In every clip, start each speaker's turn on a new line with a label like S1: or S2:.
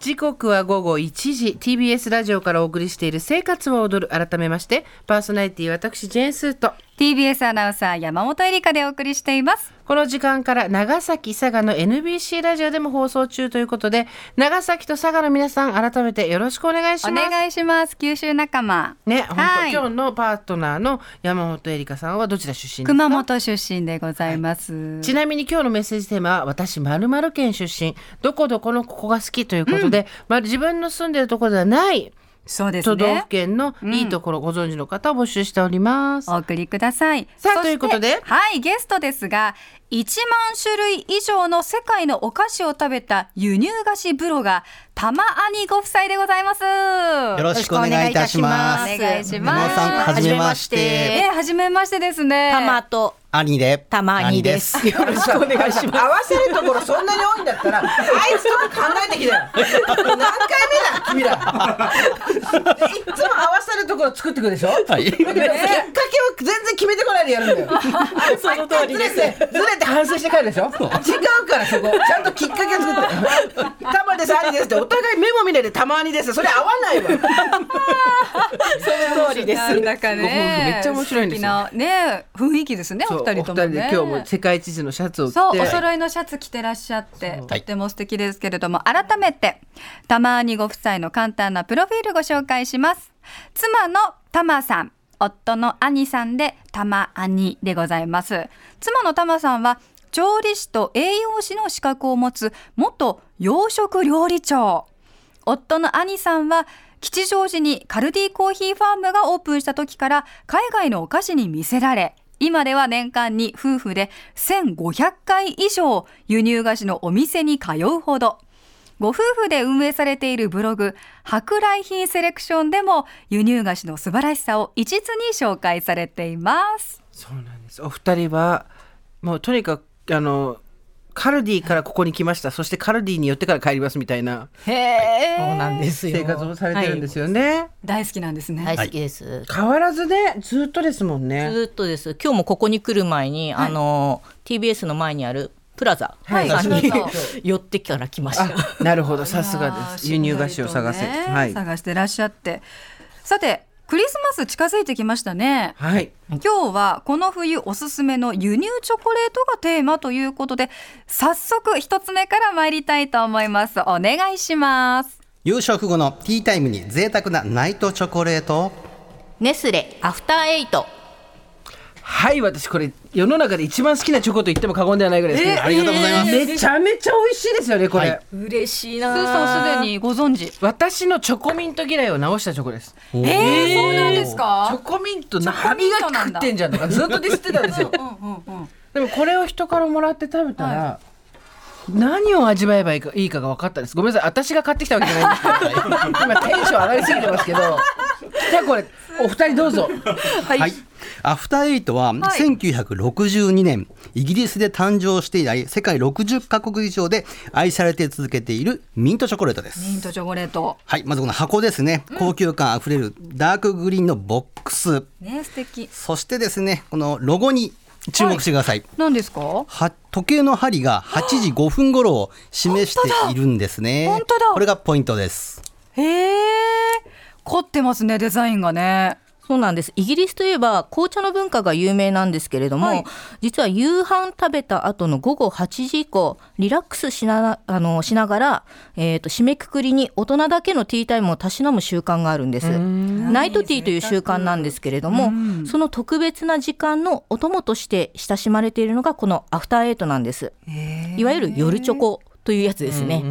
S1: 時刻は午後1時 TBS ラジオからお送りしている「生活は踊る」改めましてパーソナリティ私ジェーンスーと
S2: TBS アナウンサー山本恵里香でお送りしています
S1: この時間から長崎佐賀の NBC ラジオでも放送中ということで長崎と佐賀の皆さん改めてよろしくお願いし
S2: お
S1: ます。
S2: 願いします九州仲間
S1: ね、本当、
S2: はい
S1: 今日のパートナーの山本恵里香さんはどちら出身ですか
S2: 熊本出身でございます、
S1: ちなみに今日のメッセージテーマは私まるまる県出身どこどこのここが好きということで、まあ自分の住んでるところではない
S2: そうです
S1: 都道
S2: ね
S1: 府県のいいところご存知の方を募集しております。
S2: お送りください
S1: さあ
S2: そして
S1: ということで
S2: はいゲストですが1万種類以上の世界のお菓子を食べた輸入菓子ブロガーたまあにご夫妻でございます
S3: よろしくお願いいたしま
S2: お
S3: す。
S2: 願いします
S3: 山本さん、はじめまして。
S2: えー、はじめましてですね
S4: たまと
S3: 兄で。
S4: たまにです。
S3: 兄。
S4: よろしくお願いします。
S5: 合わせるところそんなに多いん だったら、あいつとも考えてきたよ。何回目だ、君ら。いっつも合わせるところ作ってくるでしょ。だ
S3: い
S5: けどきっかけを全然決めてこないでやるんだよ。 その通りずれて、ずれて反省して帰るでしょ。違うからそこ。ちゃんときっかけを作って。たまです、ありですって、お互い目も見ないでたまにです。それ合わない わ。
S4: 通りです。
S2: なんだかね
S1: ご夫婦めっちゃ面白いんですよ
S2: 素敵なね雰囲気ですねお
S1: そう
S2: 二人ともね
S1: お二で今日も世界地図のシャツを着て
S2: そうお揃いのシャツ着てらっしゃってとっても素敵ですけれども改めてたまにご夫妻の簡単なプロフィールご紹介します妻のたまさん夫の兄さんでたま兄でございます妻のたまさんは調理師と栄養士の資格を持つ元洋食料理長夫の兄さんは吉祥寺にカルディコーヒーファームがオープンした時から海外のお菓子に魅せられ今では年間に夫婦で1500回以上輸入菓子のお店に通うほどご夫婦で運営されているブログ「舶来品セレクション」でも輸入菓子の素晴らしさを一途に紹介されています。
S1: そうなんです。お二人はもうとにかくあのカルディからここに来ました。そしてカルディに寄ってから帰りますみたいな
S2: へ
S4: そう
S2: え
S4: なんですよ。
S1: 生活をされてるんですよね。
S2: 大好きなんですね。
S4: はい。大好きです。
S1: 変わらずねずっとですもんね。
S4: ずっとです。今日もここに来る前に、あの TBS の前にあるプラザさ
S1: はい
S4: んに、
S2: プラザ
S4: 寄ってから来ました。
S1: あなるほどさすがです。輸入菓子を探せ。
S2: しっかりとね
S1: はい
S2: 探してらっしゃってさてクリスマス近づいてきましたね
S1: はい。
S2: 今日はこの冬おすすめの輸入チョコレートがテーマということで早速一つ目から参りたいと思いますお願いします
S3: 夕食後のティータイムに贅沢なナイトチョコレートを。
S4: ネスレアフターエイト。
S1: はい私これ世の中で一番好きなチョコと言っても過言ではないぐらいですね。
S3: ありがとうございます。
S1: めちゃめちゃ美味しいですよねこれ。
S3: はい
S4: 嬉しい
S2: ス
S4: な
S2: ーさんすでにご存知
S1: 私のチョコミント嫌いを直したチョコです。
S2: えー、そうなんです
S1: チョ
S2: か
S1: コミントな
S2: チョコ
S1: 歯
S2: ミン
S1: 磨
S2: ト
S1: き
S2: なんだ
S1: 食ってんじゃんとかずっとディスってたんですよ。でもこれを人からもらって食べたら、何を味わえばいいかいいかが分かったです。ごめんなさい私が買ってきたわけじゃないんですけど今テンション上がりすぎてますけど。じゃあこれお二人どうぞ。
S3: はい、アフターエイトは1962年、イギリスで誕生して以来世界60カ国以上で愛されて続けているミントチョコレートです。
S2: ミントチョコレート
S3: はい、まずこの箱ですね、高級感あふれるダークグリーンのボックス、
S2: ね素敵
S3: そしてですねこのロゴに注目してください、
S2: 何ですか本
S3: は時計の針が8時5分頃を示しているんですね
S2: 本当だ
S3: これがポイントです
S2: へえ凝ってますねデザインがね
S4: そうなんですイギリスといえば紅茶の文化が有名なんですけれども、
S2: はい
S4: 実は夕飯食べた後の午後8時以降リラックスしなあのしながら、えー、と締めくくりに大人だけのティータイムをたしなむ習慣があるんですナイトティーという習慣なんですけれどもその特別な時間のお供として親しまれているのがこのアフターエイトなんですいわゆる夜チョコというやつですね、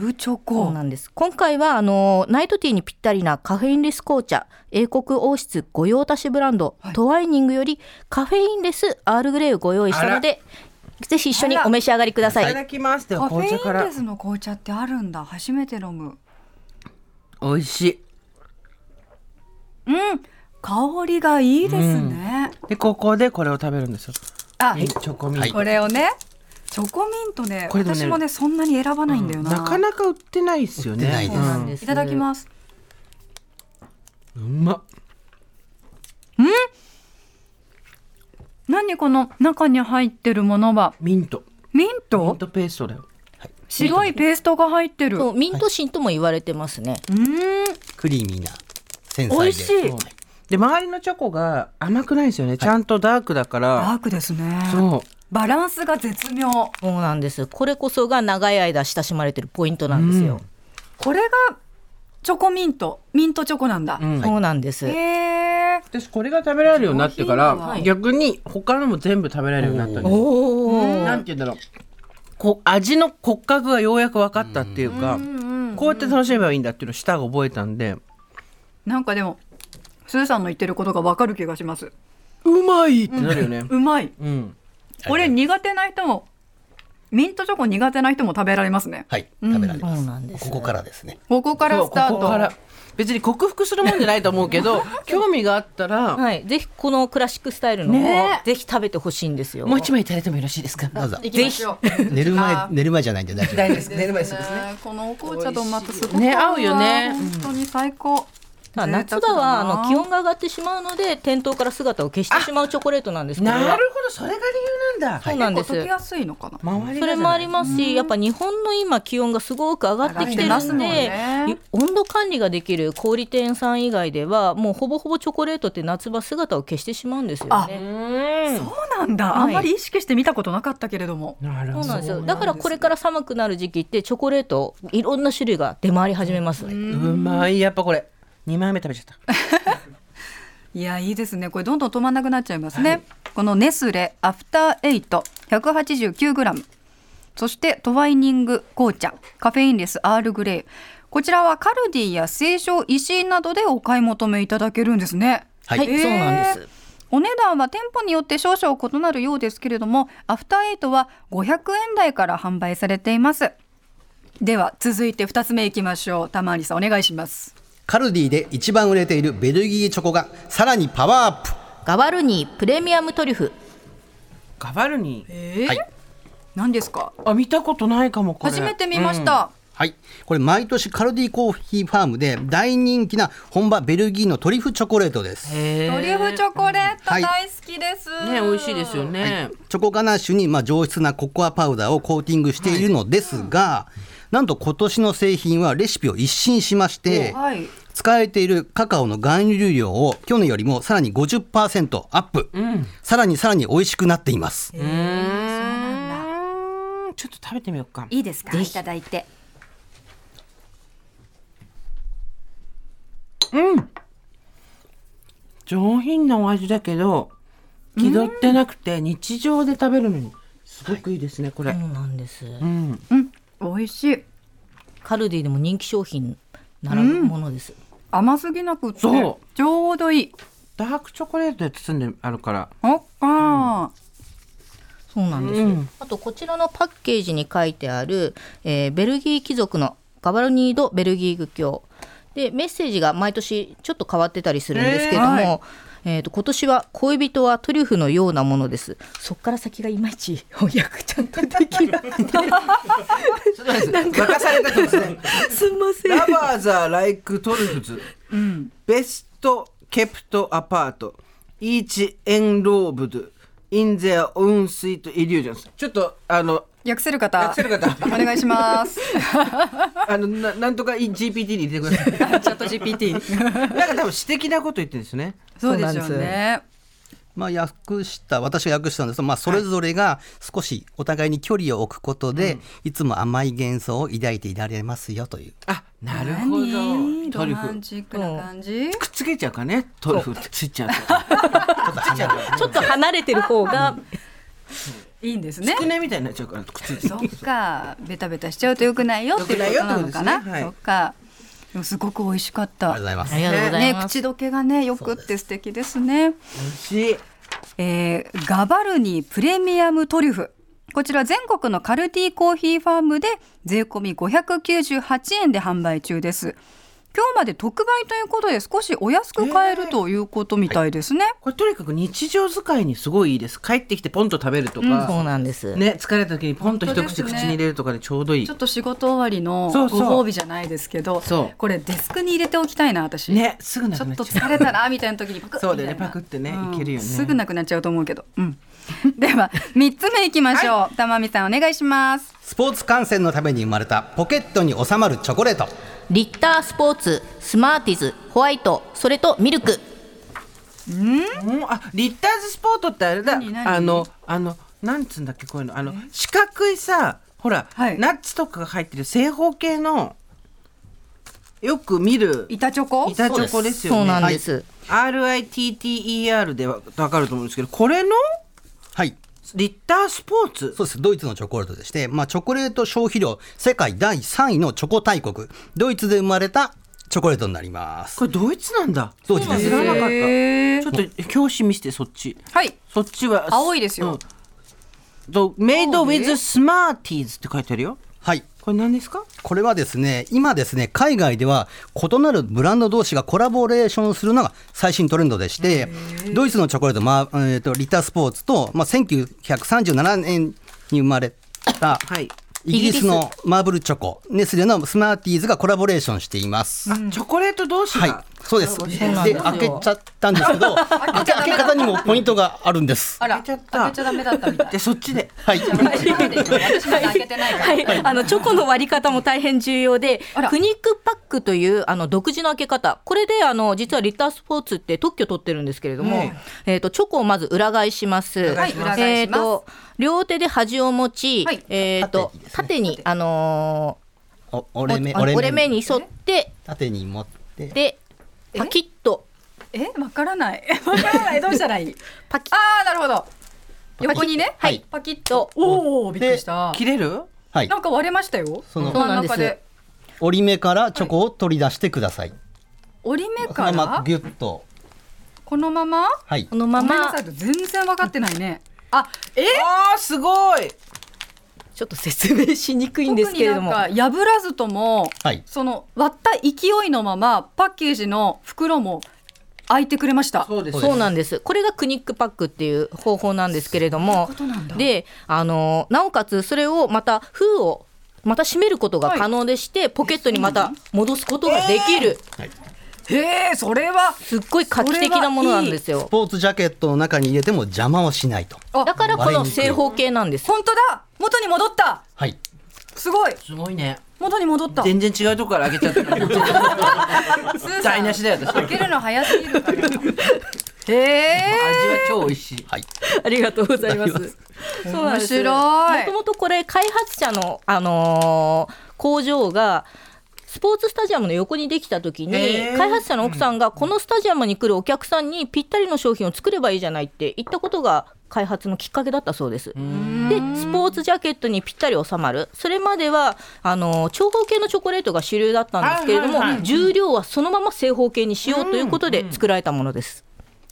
S2: 夜チョ
S4: そう
S2: コ
S4: なんです今回はあのナイトティーにぴったりなカフェインレス紅茶英国王室御用達ブランド、トワイニングよりカフェインレスアールグレイをご用意したのでぜひ一緒にお召し上がりくださ
S1: いた
S4: い
S1: だきます。では
S2: カフ
S1: 紅茶
S2: ェ
S1: か
S2: イン
S1: ら
S2: レスの紅茶ってあるんだ初めて飲む
S1: 美味しい。
S2: 香りがいいですね、
S1: でここでこれを食べるんですよ。
S2: あ
S1: ミンチョコミント。
S2: これをねチョコミントね
S1: これでもね
S2: 私もねそんなに選ばないんだよな、
S1: なかなか売ってないですよね。
S3: 売ってないです
S1: う
S4: なん
S1: ん
S4: です
S2: いただきます
S1: うまっ。
S2: 何この中に入ってるものは
S1: ミント。
S2: ミン
S1: ミ
S2: ト
S1: ントペーストだよ。
S2: 白いペーストが入ってる。
S4: そううミントシンとも言われてますね、
S2: ーん、
S3: クリーミーな繊細で
S2: 美味しい。
S5: で周りのチョコが甘くないんですよね、ちゃんとダークだから
S2: ダークですね。
S5: そう
S2: バランスが絶妙。
S4: そうなんですこれこそが長い間親しまれてるポイントなんですよ、
S2: これがチョコミント、ミントチョコなんだ。
S4: そうなんです、
S2: へえ。
S5: 私これが食べられるようになってから、
S2: 上品だわ
S5: 逆に他のも全部食べられるようになったんです
S4: おお、
S5: なんて言うんだろうこ味の骨格がようやく分かったっていうか、こうやって楽しめばいいんだっていうのを舌が覚えたんで、
S2: なんかでもスーさんの言ってることがわかる気がします。
S5: うまいってなるよね、
S2: うまい。
S5: うん
S2: これ苦手な人もミントチョコ苦手な人も食べられますね。
S3: はい食べられます、
S4: そうなんです
S3: ここからですね
S2: ここから
S5: そう
S2: スタート。
S5: ここから別に克服するもんじゃないと思うけ ど興味があったら、
S4: はい、ぜひこのクラシックスタイルの、
S2: ね
S4: ぜひ食べてほしいんですよ
S5: もう一枚いただいてもよろしいですか
S3: どうぞ
S2: 行きましょう。
S3: 寝る前
S2: あー
S3: 寝る前じゃないんで大丈夫
S5: 大丈夫です寝る前です
S2: ねこのお紅茶とまたすごく
S5: ね合うよね
S2: 本当に最高。
S4: ただ夏場はあの気温が上がってしまうので店頭から姿を消してしまうチョコレートなんですけど
S5: なるほどそれが理由なんだ、
S4: そうなん
S2: 結構
S4: で
S2: 溶
S4: す
S2: けやすいのかな。
S5: 周
S4: そ
S5: りが
S4: れ
S5: じゃ
S4: も
S5: な
S4: あ
S5: い
S4: りますしやっぱ日本の今気温がすごく上がってき
S2: 上が
S4: てる
S2: ってます
S4: ん
S2: もん
S4: で
S2: ね
S4: 温度管理ができる小売店さん以外ではもうほぼほぼチョコレートって夏場姿を消してしまうんですよね。
S2: そうなんだ、
S4: はい
S2: あんまり意識して見たことなかったけれども
S5: なる
S4: そ
S5: ほ
S4: うなん
S5: ど
S4: ですよだからこれから寒くなる時期ってチョコレートいろんな種類が出回り始めます、
S5: うまいやっぱこれ2枚目食べちゃった
S2: いやいいですねこれどんどん止まんなくなっちゃいますね、このネスレアフターエイト 189g そしてトワイニング紅茶カフェインレスアールグレイこちらはカルディや成城石井などでお買い求めいただけるんですね
S3: はい
S4: はい、
S2: へー
S4: そうなんです
S2: お値段は店舗によって少々異なるようですけれどもアフターエイトは500円台から販売されていますでは続いて2つ目いきましょう玉りさんお願いします
S3: カルディで一番売れているベルギーチョコがさらにパワーアップ
S4: ガバルニープレミアムトリュフ
S5: ガバルニー
S2: えー
S3: はい
S2: 何ですか
S5: あ見たことないかもこれ
S2: 初めて見ました、
S3: はい。これ毎年カルディコーヒーファームで大人気な本場ベルギーのトリュフチョコレートです。
S2: トリュフチョコレート
S3: はい
S2: 大好きです、
S5: ね美味しいですよね、
S3: チョコガナッシュにまあ上質なココアパウダーをコーティングしているのですが、なんと今年の製品はレシピを一新しまして、
S2: はい
S3: 使えているカカオの含有量を去年よりもさらに50%アップ、さらにさらに美味しくなっています。
S5: うんちょっと食べてみようか
S2: いいですかいただいて
S5: 上品なお味だけど気取ってなくて日常で食べるのにすごくいいですねこれ、
S4: そうなんです、
S2: うん美味しい
S4: カルディでも人気商品ならぬものです、
S2: 甘すぎなくって
S5: そう
S2: ちょうどいい
S5: ダークチョコレートで包んであるから
S2: あっか
S4: そうなんです、あとこちらのパッケージに書いてある、えーベルギー貴族のガバルニード・ベルギーグ教でメッセージが毎年ちょっと変わってたりするんですけども、
S2: えーは
S4: えーと今年は恋人はトリュフのようなものですそっから先がいまいち翻訳ちゃんとでき なくて
S5: 任されたとですね
S4: すんません
S5: ラ バーザ ーライクトルフズベストケプトアパートイーチエンローブドインゼアオンスイートイリュージョンスちょっとあの
S2: 訳せる方
S5: 訳せる方
S2: お願いします
S5: あのななんとかい GPT に入れてくだ さい
S2: チャット GPT
S5: なんか多分私的なこと言ってるんですよね
S2: そうですよね
S3: まあ、訳した私が訳したんですが、まあ、それぞれが少しお互いに距離を置くことで、い、つも甘い幻想を抱いていられますよという
S5: あなるほ
S2: 何
S5: どト
S2: ロ
S5: リュ
S2: マン
S5: フ
S2: チックな感じ
S5: くっつけちゃうかねトリュフってついちゃうと
S4: ちょっと離れてる方が
S2: いいんですね
S5: つくねみたいになっちゃうからくっついて
S2: そっかベタベタしちゃうとよくないよっていうことなのかな、
S5: 良くない
S2: そ
S5: よ
S2: っ
S5: っ
S2: かでもすごく美味しかっ
S3: あ
S2: た
S3: りがとうございます
S4: ありがとうござい
S2: ね
S4: ます、
S2: 口どけがねよくって素敵ですね
S5: 美味しい
S2: えーガバルニープレミアムトリュフこちら全国のカルディコーヒーファームで税込み598円で販売中です今日まで特売ということで少しお安く買えるということみたいですね、
S5: これとにかく日常使いにすごいいいです帰ってきてポンと食べると
S4: そう
S5: か、
S4: なんです、
S5: ね疲れた時にポンと一
S2: 本当です
S5: 口
S2: ね
S5: 口に入れるとかでちょうどいい
S2: ちょっと仕事終わりの
S5: そうそう
S2: ご褒美じゃないですけど
S5: そう
S2: これデスクに入れておきたいな私
S5: ねすぐな
S2: ち
S5: く
S2: ょ
S5: な
S2: っ
S5: っちゃ
S2: と
S5: う
S2: 疲れたなみたいな時にパクッ
S5: そうだよね
S2: みたいな
S5: パクってねいけるよね
S2: すぐなくなっちゃうと思うけど、うん、 では3つ目いきましょう、玉美さんお願いします
S3: スポーツ観戦のために生まれたポケットに収まるチョコレート
S4: リッタースポーツスマーティズホワイトそれとミルク
S5: うんあリッターズスポートってあれだ
S2: 何何
S5: あのあのなんつうんだっけこういうのあの四角いさほら、
S2: はい
S5: ナッツとかが入ってる正方形のよく見る
S2: 板チョコ
S5: 板チョコですよね
S4: そうなんです、
S5: RITTER でわかると思うんですけどこれの
S3: はい
S5: リッタースポーツ
S3: そうですドイツのチョコレートでして、まあ、チョコレート消費量世界第3位のチョコ大国ドイツで生まれたチョコレートになります
S5: これドイツなんだ
S3: ドイツです
S5: 知らなかった
S2: へー
S5: ちょっと表紙見せてそっち
S2: はい
S5: そっちは
S2: 青いですよ、
S5: うんとメイド
S2: そう
S5: ウィ
S2: ね
S5: ズスマーティーズって書いてあるよ
S3: はい
S5: これ何ですか
S3: これはですね今ですね海外では異なるブランド同士がコラボレーションするのが最新トレンドでしてドイツのチョコレート、まあえー、とリタースポーツと、まあ、1937年に生まれた
S5: はい
S3: イギリスのマーブルチョコネスレのスマーティーズがコラボレーションしています。
S5: チョコレート同士が、
S3: はい、そうです。で、開けちゃったんですけど、開け開け方にもポイントがあるんです。
S2: あら
S5: 開けちゃった
S2: 開けちゃダメだったみた い
S5: でそっちで
S3: はい。
S2: 私まだ開けてないから、
S4: はい、あのチョコの割り方も大変重要で
S2: あら、
S4: クニックパックというあの独自の開け方、これであの実はリッタースポーツって特許取ってるんですけれども、えっ、とチョコをまず裏返します。
S2: 返します
S4: えっ、と両手で端を持ち、
S2: はい
S4: えっ、と縦に,、あの
S3: お
S4: ー
S3: 折れ目、
S4: お折れ目
S3: に
S4: に沿って
S3: 縦に持って。
S4: で
S2: え
S4: パキッと
S2: えわからない わからないどうしたらいい
S4: パキッ
S2: ああなるほど横にね
S3: はい
S2: パキッとおおびっくりした
S5: 切れる
S3: はい
S2: な。んか割れましたよ
S3: その
S4: そうなんで
S2: 真
S4: す
S2: ん中で
S3: 折り目からチョコを取り出してください。
S2: 折り目
S3: そ
S2: か
S3: のまま
S2: ら
S3: ギュッと。
S2: このまま
S3: はい
S4: こ。のま
S2: ごめんな
S4: ま
S2: さい全然分かってないねあえ
S5: あーすごい
S4: ちょっと説明しにくいんです
S2: 特
S4: け
S2: にな
S4: れど
S2: ん
S4: も、
S2: か破らずとも
S3: はい。
S2: その割った勢いのままパッケージの袋も開いてくれました
S5: そうです
S4: そうなんです。これがクニックパックっていう方法なんですけれども、で、あのなおかつそれをまた封をまた閉めることが可能でして、ポケットにまた戻すことができる、
S2: へえそれは
S4: すっごい画期的なものなんです
S3: ス
S4: よ。
S3: ポーツジャケットの中に入れても邪魔をしないと。
S2: あ
S4: だからこの正方形なんです。
S2: 本当だ元に戻った
S3: はい。
S2: すごい
S5: すごいね
S2: 元に戻った
S5: 全然違うとこから開けちゃった
S2: スーさん
S5: 台無しだよ私
S2: 開けるの早すぎるから へえ
S5: 味は超美味しい。
S3: はい。
S4: ありがとうございます。そうなんです
S2: 面白い
S4: もともとこれ開発者のあのー工場が。スポーツスタジアムの横にできた時に、
S5: へー
S4: 開発者の奥さんがこのスタジアムに来るお客さんにぴったりの商品を作ればいいじゃないって言ったことが開発のきっかけだったそうです。でスポーツジャケットにぴったり収まるそれまではあのー長方形のチョコレートが主流だったんですけれども、
S5: はいはいはい
S4: 重量はそのまま正方形にしようということで作られたものです。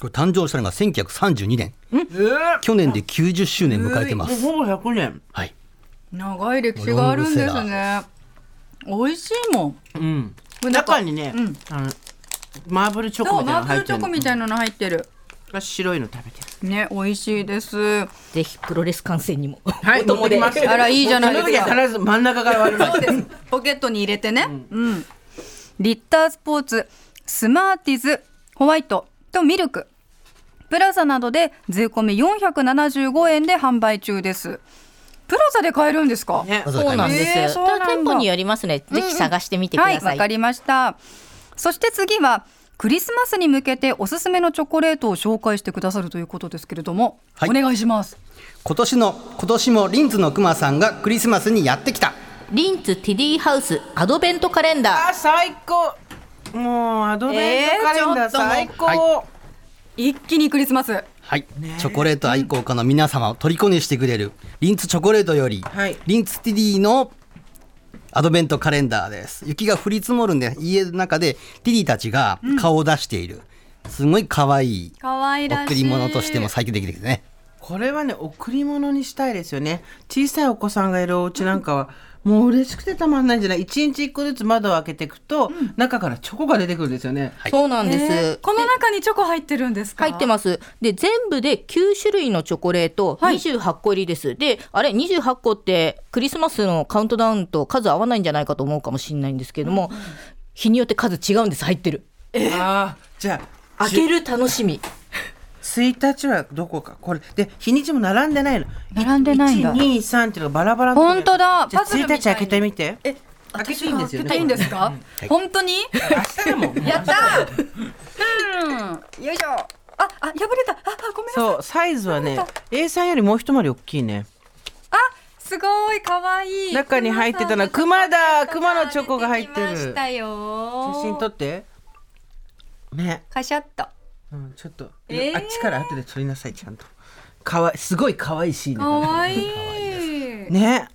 S3: これ誕生したのが1932年。
S5: ええ
S3: 去年で90周年迎えてま
S5: も
S3: す。
S5: うほぼ100年。
S3: はい。
S2: 長い歴史があるんで
S3: ロ
S2: す
S3: ングセ
S2: ね美味しいもん
S5: うん。
S2: これなんか
S5: 中にね、
S2: うん
S5: あのマーブルチョ
S2: そ
S5: コ
S2: う
S5: みたい
S2: マー
S5: なの
S2: ブ
S5: 入っ
S2: ル
S5: て
S2: チ
S5: る
S2: ョコみたいなの入ってる
S5: が白いの食べてる。
S2: ね美味しいです
S4: ぜひプロレス観戦にも、
S5: はい、持ってきます。
S2: あらいいじゃないですか
S5: その時は必ず真ん中から割るの。
S2: そうです。ポケットに入れてね。うん。リッタースポーツ、スマーティズ、ホワイトとミルク。プラザなどで税込み475円で販売中です。プラザで買えるんですか。
S5: ね
S3: まず
S4: そうなんです。
S2: えーそうなんだ
S4: ただ店舗によりますね。ぜひ探してみてくだ
S2: は
S4: さい。
S2: い、わかりました。そして次は。クリスマスに向けておすすめのチョコレートを紹介してくださるということですけれども、
S3: はい
S2: お願いします。
S3: 今年の今年もリンツのクマさんがクリスマスにやってきた
S4: リンツティディハウスアドベントカレンダ
S5: あ、最高。もうアドベントカレンダ
S2: えーちょ
S5: ー
S2: っともう
S5: 最高。
S3: は
S2: 一気にクリスマス。
S3: はい、チョコレート愛好家の皆様を虜にしてくれるリンツチョコレートより、
S5: はい
S3: リンツティディのアドベントカレンダーです雪が降り積もるんで家の中でティディたちが顔を出している、すごい可愛い
S2: 可愛らしい。
S3: 贈り物としても最適ですね
S5: これはね贈り物にしたいですよね小さいお子さんがいるお家なんかはもう嬉しくてたまんないんじゃない一日一個ずつ窓を開けていくと、中からチョコが出てくるんですよね
S4: ー。そうなんです。
S2: えーこの中にチョコ入ってるんですか。
S4: 入ってます。で、全部で9種類のチョコレート、
S2: はい
S4: 28個入りです。で、あれ、28個って、クリスマスのカウントダウンと数合わないんじゃないかと思うかもしれないんですけれども、日によって数違うんです、入ってる。
S5: ああじゃあ
S4: 開ける楽しみ。
S5: 1日はどこかこれで日にちも並んでないの
S2: 並んでないんだ
S5: 123っていうのがバラバラのとこに
S2: 本当だ
S5: じゃあ
S2: パズルみ
S5: 1
S2: たい
S5: 日
S2: に
S5: 開けてみて
S2: え
S5: 開けていいんですよね
S2: 開けていいんですか本当に
S5: 明日だもん
S2: やったーうんよいしょああ破れたああごめんなさい
S5: そうサイズはね A さんよりもう一回り大きいね
S2: あすごい可愛い
S5: 中に入ってたのは熊だ熊のチョコが入ってる
S2: 出きましたよ
S5: 写真撮ってね
S2: カシャッと
S5: うん、ちょっと、
S2: えー
S5: あっちから後で撮りなさいちゃんとかわいすごい可愛いシーンだ
S2: 可愛い
S5: ね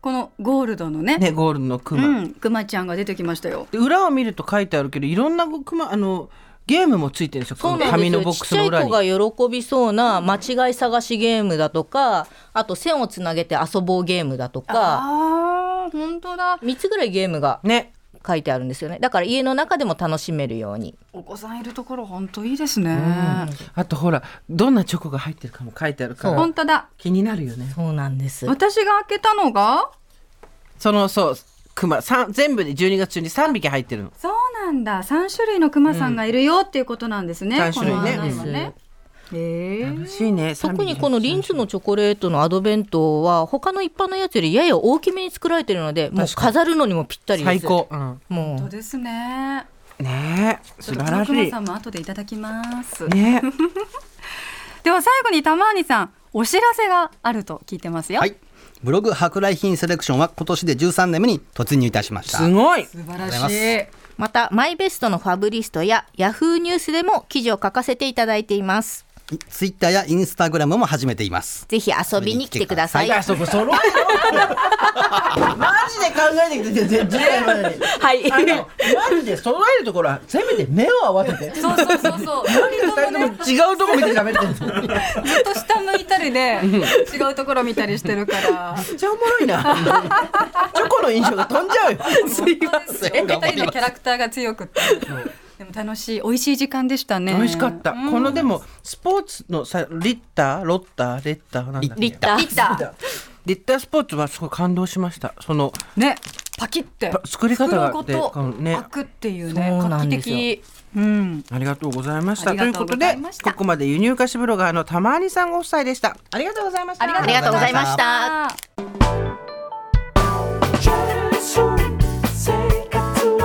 S2: このゴールドのね
S5: ねゴールドの
S2: う
S5: 熊、
S2: んクマちゃんが出てきましたよ
S5: で裏を見ると書いてあるけどいろんな熊あのゲームもついてるんですよ
S4: そう
S5: こ
S4: な
S5: の
S4: んで
S5: 紙
S4: す
S5: のボ
S4: よ。
S5: ッ
S4: ち
S5: ク
S4: っ
S5: ス
S4: ちゃ
S5: の
S4: い
S5: 裏
S4: 子
S5: に
S4: が喜びそうな間違い探しゲームだとか、あと線をつなげて遊ぼうゲームだとか、
S2: あー本当だ
S4: 3つぐらいゲームが
S5: ね
S4: 書いてあるんですよね。だから家の中でも楽しめるように。
S2: お子さんいるところ本当いいですね
S5: あとほらどんなチョコが入ってるかも書いてあるか
S4: そ
S5: ら
S2: 本当だ
S5: 気になるよね
S4: そうなんです。
S2: 私が開けたのが
S5: そのそう熊さん全部で12月中に3匹入ってるの
S2: そうなんだ三種類のクマさんがいるよっていうことなんですね、
S5: 三種類ね
S2: この案内はねへえ
S5: 楽しいね
S4: 特にこの
S5: の
S4: リンツのチョコレートのアドベントは他の一般のやつよりやや大きめに作られてるのでもう飾るのにもぴったりです
S5: 最高、うん、
S4: も
S2: そう
S4: う
S2: ですね
S5: ねえ素
S2: ちょ
S5: 晴
S2: っと
S5: らし
S2: クマ
S5: い
S2: さんも後でいただきます、
S5: ね
S2: では最後にたまーにさんお知らせがあると聞いてますよ、
S3: はい。ブログ舶来品セレクションは今年で13年目に突入いたしました。
S5: すごい
S2: 素晴ら
S3: ありがとうござ
S2: しい
S4: またマイベストのファブリストやヤフーニュースでも記事を書かせていただいています
S3: ツイッターやインスタグラムも始めています。
S4: ぜひ遊びに来てください
S5: あそこ揃えろマジで考えてきて全然今までに
S4: はい
S5: あのマジで揃えるところはせめて目を合わせ て
S2: そうそうそうそう
S5: 二人とも違うとこ見て喋って るの
S2: ずっと下向いたりで違うところ見たりしてるから
S5: めっちゃおもろいなチョコの印象が飛んじゃうよ
S2: すいませ
S3: ん
S2: 二人のキャラクターが強くってでも楽しい美味しい時間でしたね
S5: 美味しかった、このでもスポーツのさリッターロッターレッターなんだっけ
S4: リッタ
S2: い
S4: ー
S2: た
S5: リッタースポーツはすごい感動しましたその
S2: ねパキって
S5: パ作り方が
S2: 袋ご
S5: で
S2: と
S5: このね
S2: 開くっていうね
S4: そ
S2: 画
S4: うな
S2: 期
S4: んですよ
S2: 的うん
S5: ありがとうございました
S2: あ
S5: と
S2: りが
S5: いう
S2: と
S5: こ
S2: う
S5: と
S2: ござ
S5: で
S2: いました
S5: ここまで輸入菓子ブロガーのたまにさんご夫妻でしたありがとうございました
S4: ありがとうございました
S2: あー
S6: generation Seikatsuo